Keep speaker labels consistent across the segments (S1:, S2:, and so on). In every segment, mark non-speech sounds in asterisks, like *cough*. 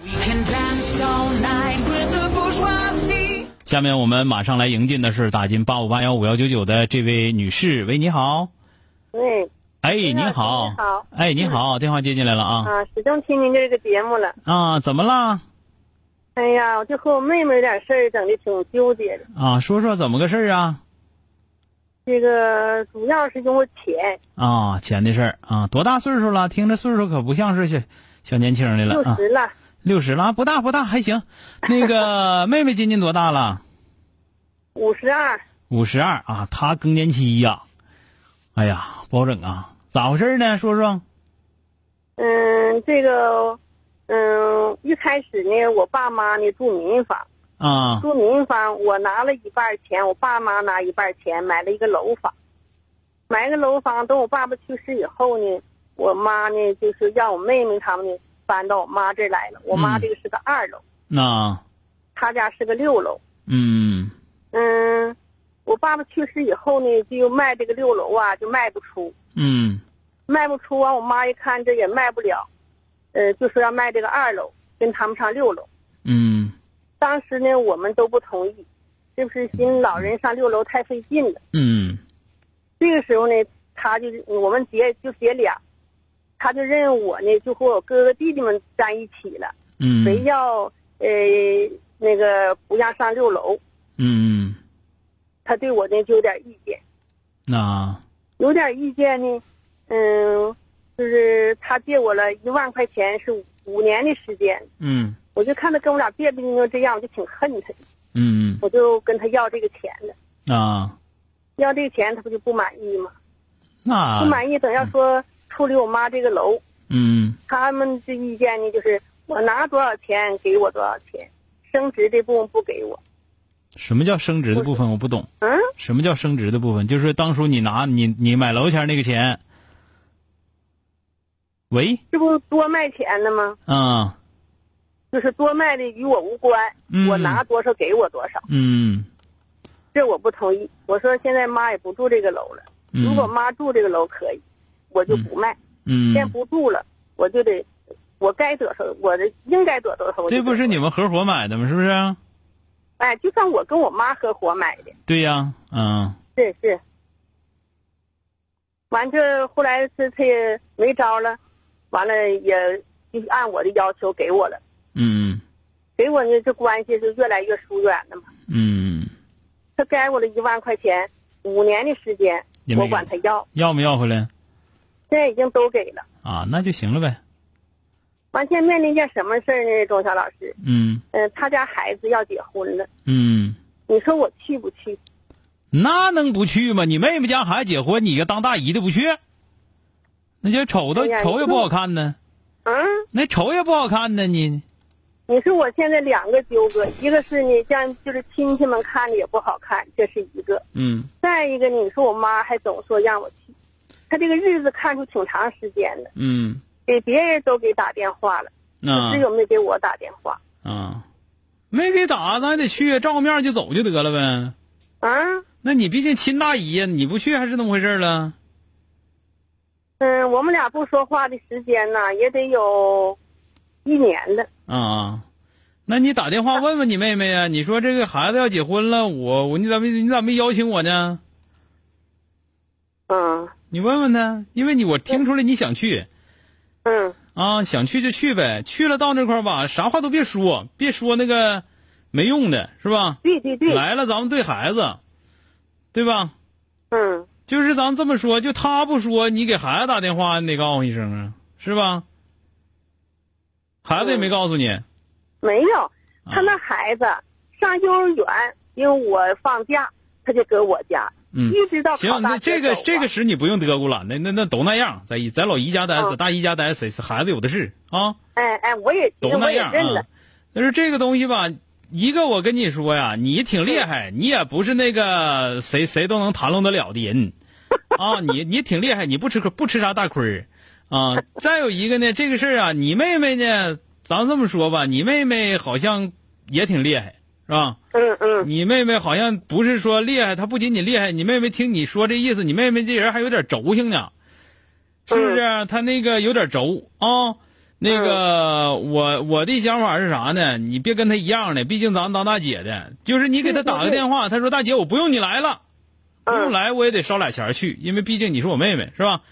S1: We can dance all night with the bourgeoisie.
S2: 下面我们马上来迎进的是打进八五八幺五幺九九的这位女士，喂，你好，
S3: 喂，
S2: 哎，
S3: 你
S2: 你好，
S3: 好你好
S2: 哎，你好，电话接进来了啊
S3: 啊，始终听您这个节目了。
S2: 啊，怎么啦？
S3: 哎呀，我就和我妹妹有点事儿，整的挺纠结的。
S2: 啊，说说怎么个事儿啊？
S3: 这个主要是因为钱，
S2: 啊，钱的事儿啊，多大岁数了？听着岁数可不像是小小年轻的了
S3: 六
S2: 啊，
S3: 十了，
S2: 六十了啊不大不大，还行。那个
S3: *laughs*
S2: 妹妹今年多大了？
S3: 五十二，
S2: 五十二啊，她更年期呀、哎呀，不好整啊，咋回事呢？说说
S3: 嗯，这个，嗯，一开始呢，我爸妈呢住民房，
S2: 啊
S3: 住民房，我拿了一半钱，我爸妈拿一半钱买了一个楼房，买个楼房。等我爸爸去世以后呢，我妈呢就是让我妹妹他们呢搬到我妈这儿来了。我妈
S2: 嗯
S3: 这个是个二楼，
S2: 那
S3: 她家是个六楼。
S2: 嗯
S3: 嗯，我爸爸去世以后呢，就卖这个六楼啊，就卖不出，
S2: 嗯
S3: 卖不出完，我妈一看这也卖不了，呃，就说要卖这个二楼，跟他们上六楼。
S2: 嗯
S3: 当时呢，我们都不同意，是不是寻老人上六楼太费劲了？
S2: 嗯
S3: 这个时候呢，他就我们姐就姐俩，他就认我呢，就和我哥哥弟弟们站一起了，非
S2: 嗯
S3: 要呃那个不让上六楼，
S2: 嗯，
S3: 他对我呢就有点意见。
S2: 那
S3: 有点意见呢，嗯，就是他借我了一万块钱，是五年的时间。
S2: 嗯
S3: 我就看他跟我俩别别扭扭这样，我就挺恨他的，
S2: 嗯
S3: 我就跟他要这个钱的。
S2: 啊
S3: 要这个钱，他不就不满意吗？不
S2: 那
S3: 满意，等要说处理我妈这个楼，
S2: 嗯
S3: 他们的意见呢，就是我拿多少钱给我多少钱，升值这部分不给我。
S2: 什么叫升值的部分我不懂。
S3: 嗯，
S2: 什么叫升值的部分？就是当初你拿你你买楼前那个钱，喂，
S3: 这不多卖钱的吗？
S2: 啊，
S3: 就是多卖的与我无关，
S2: 嗯
S3: 我拿多少给我多少。
S2: 嗯，
S3: 这我不同意。我说现在妈也不住这个楼了，
S2: 嗯
S3: 如果妈住这个楼可以，我就不卖。
S2: 嗯
S3: 现在，不住了，我就得，我该得瑟，我的应该得瑟我就得瑟。
S2: 这不是你们合伙买的吗？是不是？
S3: 哎，就算我跟我妈合伙买的，
S2: 对呀，嗯
S3: 是是。完这后来是他也没招了，完了也就按我的要求给我了，
S2: 嗯
S3: 给我呢这关系是越来越疏远了嘛。
S2: 嗯，
S3: 他给我了一万块钱，五年的时间
S2: 也，没
S3: 我管他要，
S2: 要没要回来
S3: 现在已经都给了。
S2: 啊？那就行了呗。
S3: 完，现在面临一件什么事儿呢？钟晓老师，
S2: 嗯
S3: 嗯、他家孩子要结婚了，
S2: 嗯，
S3: 你说我去不去？
S2: 那能不去吗？你妹妹家孩子结婚，你一个当大姨的不去？那就瞅都
S3: 哎呀
S2: 瞅也
S3: 你
S2: 不
S3: 说
S2: 好看呢，
S3: 嗯，
S2: 那瞅也不好看呢，你
S3: 你说我现在两个纠葛，一个是呢，让就是亲戚们看着也不好看，这是一个；
S2: 嗯
S3: 再一个呢，你说我妈还总说让我去，她这个日子看出挺长时间的，
S2: 嗯，啊
S3: 给别人都给打电话了，
S2: 那
S3: 只有没给我打电话。
S2: 啊，没给打，咱还得去，照个面就走就得了呗。
S3: 啊，
S2: 那你毕竟亲大姨呀，你不去还是那么回事儿了。
S3: 嗯，我们俩不说话的时间呢，也得有一年了。
S2: 啊，那你打电话问问你妹妹呀、你说这个孩子要结婚了，我我你咋没你咋没邀请我呢？
S3: 嗯
S2: 你问问她，因为你我听出来你想去
S3: 嗯
S2: 啊，想去就去呗，去了到那块儿吧，啥话都别说，别说那个没用的，是吧？
S3: 对对对，
S2: 来了，咱们对孩子，对吧？
S3: 嗯，
S2: 就是咱这么说，就他不说，你给孩子打电话，你得告诉一声啊，是吧？孩子也没告诉
S3: 嗯
S2: 你，
S3: 没有，
S2: 啊
S3: 他那孩子上幼儿园，因为我放假，他就搁我家，
S2: 嗯
S3: 一直到考
S2: 行，那
S3: 大学
S2: 这个
S3: 走啊
S2: 这个时你不用嘚咕了，那那那都那样，在在老姨家待，
S3: 嗯
S2: 在大姨家待，谁孩子有的是啊，
S3: 哎哎，我也 *laughs*
S2: 都那
S3: 我也
S2: 样
S3: 认了
S2: 啊，。但是这个东西吧，一个我跟你说呀，你挺厉害，你也不是那个谁谁都能谈论得了的人，啊，你 *laughs* 你挺厉害，你不吃亏不吃啥大亏儿，啊。再有一个呢，这个事儿啊，你妹妹呢，咱这么说吧，你妹妹好像也挺厉害，是吧？
S3: 嗯 *laughs* 嗯，
S2: 你妹妹好像不是说厉害，她不仅仅厉害，你妹妹听你说这意思，你妹妹这人还有点轴性呢，是不是？啊她那个有点轴啊、那个、我我的想法是啥呢？你别跟她一样的，毕竟咱当大姐的，就是你给她打个电话，她说大姐我不用你来了，不用来我也得烧俩钱儿去，因为毕竟你是我妹妹，是吧？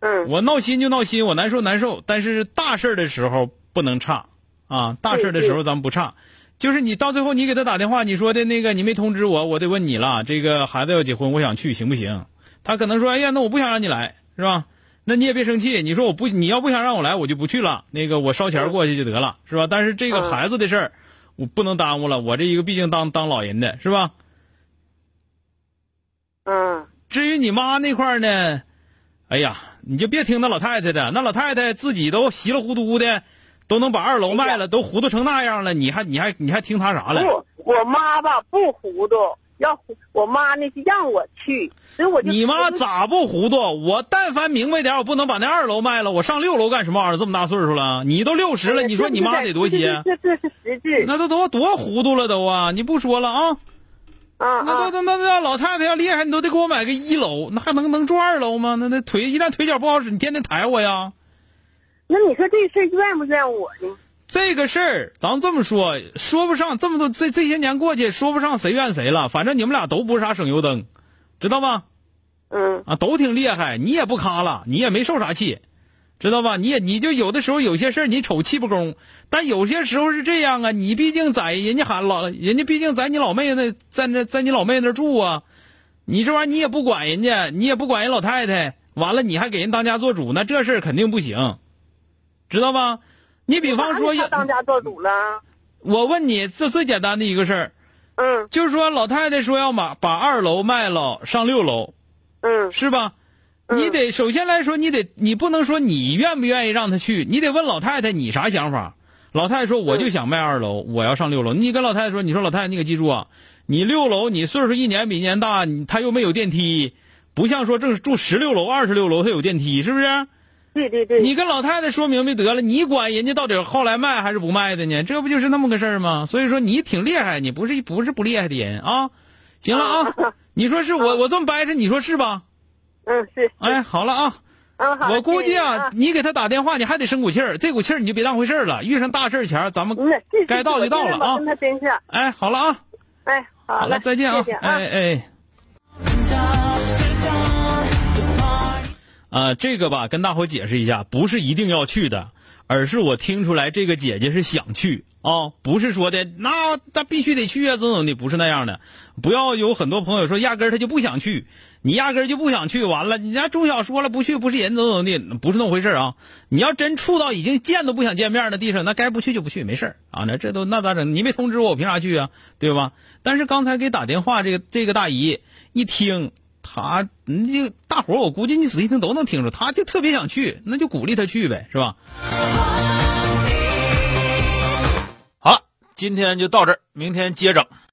S3: 嗯，
S2: 我闹心就闹心，我难受难受，但是大事儿的时候不能差啊！大事儿的时
S3: 嗯
S2: 候咱们不差，就是你到最后你给他打电话，你说的那个你没通知我，我得问你了，这个孩子要结婚，我想去行不行？他可能说，哎呀，那我不想让你来，是吧？那你也别生气，你说我不，你要不想让我来，我就不去了，那个我烧钱过去就得了，是吧？但是这个
S3: 嗯
S2: 孩子的事儿，我不能耽误了，我这一个毕竟当当老人的是吧？
S3: 嗯
S2: 至于你妈那块儿呢，哎呀，你就别听那老太太的，那老太太自己都稀里糊涂的，都能把二楼卖了，都糊涂成那样了，你还你还你还听她啥了？
S3: 哎不，我妈吧不糊涂，要糊我妈呢就让我去，所以我就
S2: 你妈
S3: 我就
S2: 咋不糊涂？我但凡明白点儿，我不能把那二楼卖了，我上六楼干什么玩意儿？这么大岁数了，你都六
S3: 哎
S2: 十了，你说你妈得多些？
S3: 这这这是实质，
S2: 那都多多糊涂了都啊！你不说了啊？
S3: 啊
S2: 那
S3: 啊
S2: 都，那那那老太太要厉害，你都得给我买个一楼，那还能能住二楼吗？那那腿一旦腿脚不好使，你天天抬我呀？
S3: 那你说这事儿怨不怨我呢？
S2: 这个事儿，咱们这么说，说不上这么多这这些年过去，说不上谁怨谁了。反正你们俩都不是啥省油灯，知道吧？
S3: 嗯
S2: 啊，都挺厉害，你也不卡了，你也没受啥气，知道吧？你也你就有的时候有些事儿你瞅气不公，但有些时候是这样啊，你毕竟在人家喊老，人家毕竟在你老妹那，在那在你老妹那住啊，你这玩意儿你也不管人家，你也不管人老太太，完了你还给人当家做主，那这事儿肯定不行，知道吧？你比方说
S3: 哪里他
S2: 有，
S3: 当家做主了，
S2: 我问你，这最简单的一个事儿，
S3: 嗯
S2: 就是说老太太说要把把二楼卖了上六楼，
S3: 嗯
S2: 是吧？
S3: 嗯
S2: 你得首先来说，你得你不能说你愿不愿意让他去，你得问老太太你啥想法。老太太说我就想卖二楼，我要上六楼。你跟老太太说，你说老太太你可记住啊，你六楼你岁数一年比一年大，你他又没有电梯，不像说正住十六楼、二十六楼他有电梯，是不是？
S3: 对对对，
S2: 你跟老太太说明白得了，你管人家到底后来卖还是不卖的呢？这不就是那么个事儿吗？所以说你挺厉害，你不是不是不厉害的人 *laughs* 啊。行了啊，你说是我我这么掰扯，你说是吧？
S3: 嗯是，
S2: 哎，好了啊，
S3: 嗯好，
S2: 我估计
S3: 谢谢
S2: *laughs* 啊，你给他打电话，你还得生股气儿，这股气儿你就别当回事儿了。遇上大事儿前儿，咱
S3: *laughs*
S2: 们
S3: 嗯，是是
S2: 该到就到了啊
S3: 我今天晚上跟他真是，
S2: 哎，好了啊，
S3: 哎，好
S2: 好了，再见啊
S3: 谢谢，啊。
S2: 哎哎。啊，这个吧，跟大伙解释一下，不是一定要去的，而是我听出来这个姐姐是想去啊、不是说的那那必须得去啊，怎么怎么的，不是那样的。不要有很多朋友说压根儿他就不想去，你压根儿就不想去，完了人家中小说了不去不是人怎么怎么的，不是那么回事儿啊。你要真处到已经见都不想见面的地上，那该不去就不去，没事儿啊。那这都那咋整？你没通知我，我凭啥去啊？对吧？但是刚才给打电话这个这个大姨一听。他，你这个大伙儿，我估计你仔细听都能听出，他就特别想去，那就鼓励他去呗，是吧？好了，今天就到这儿，明天接着。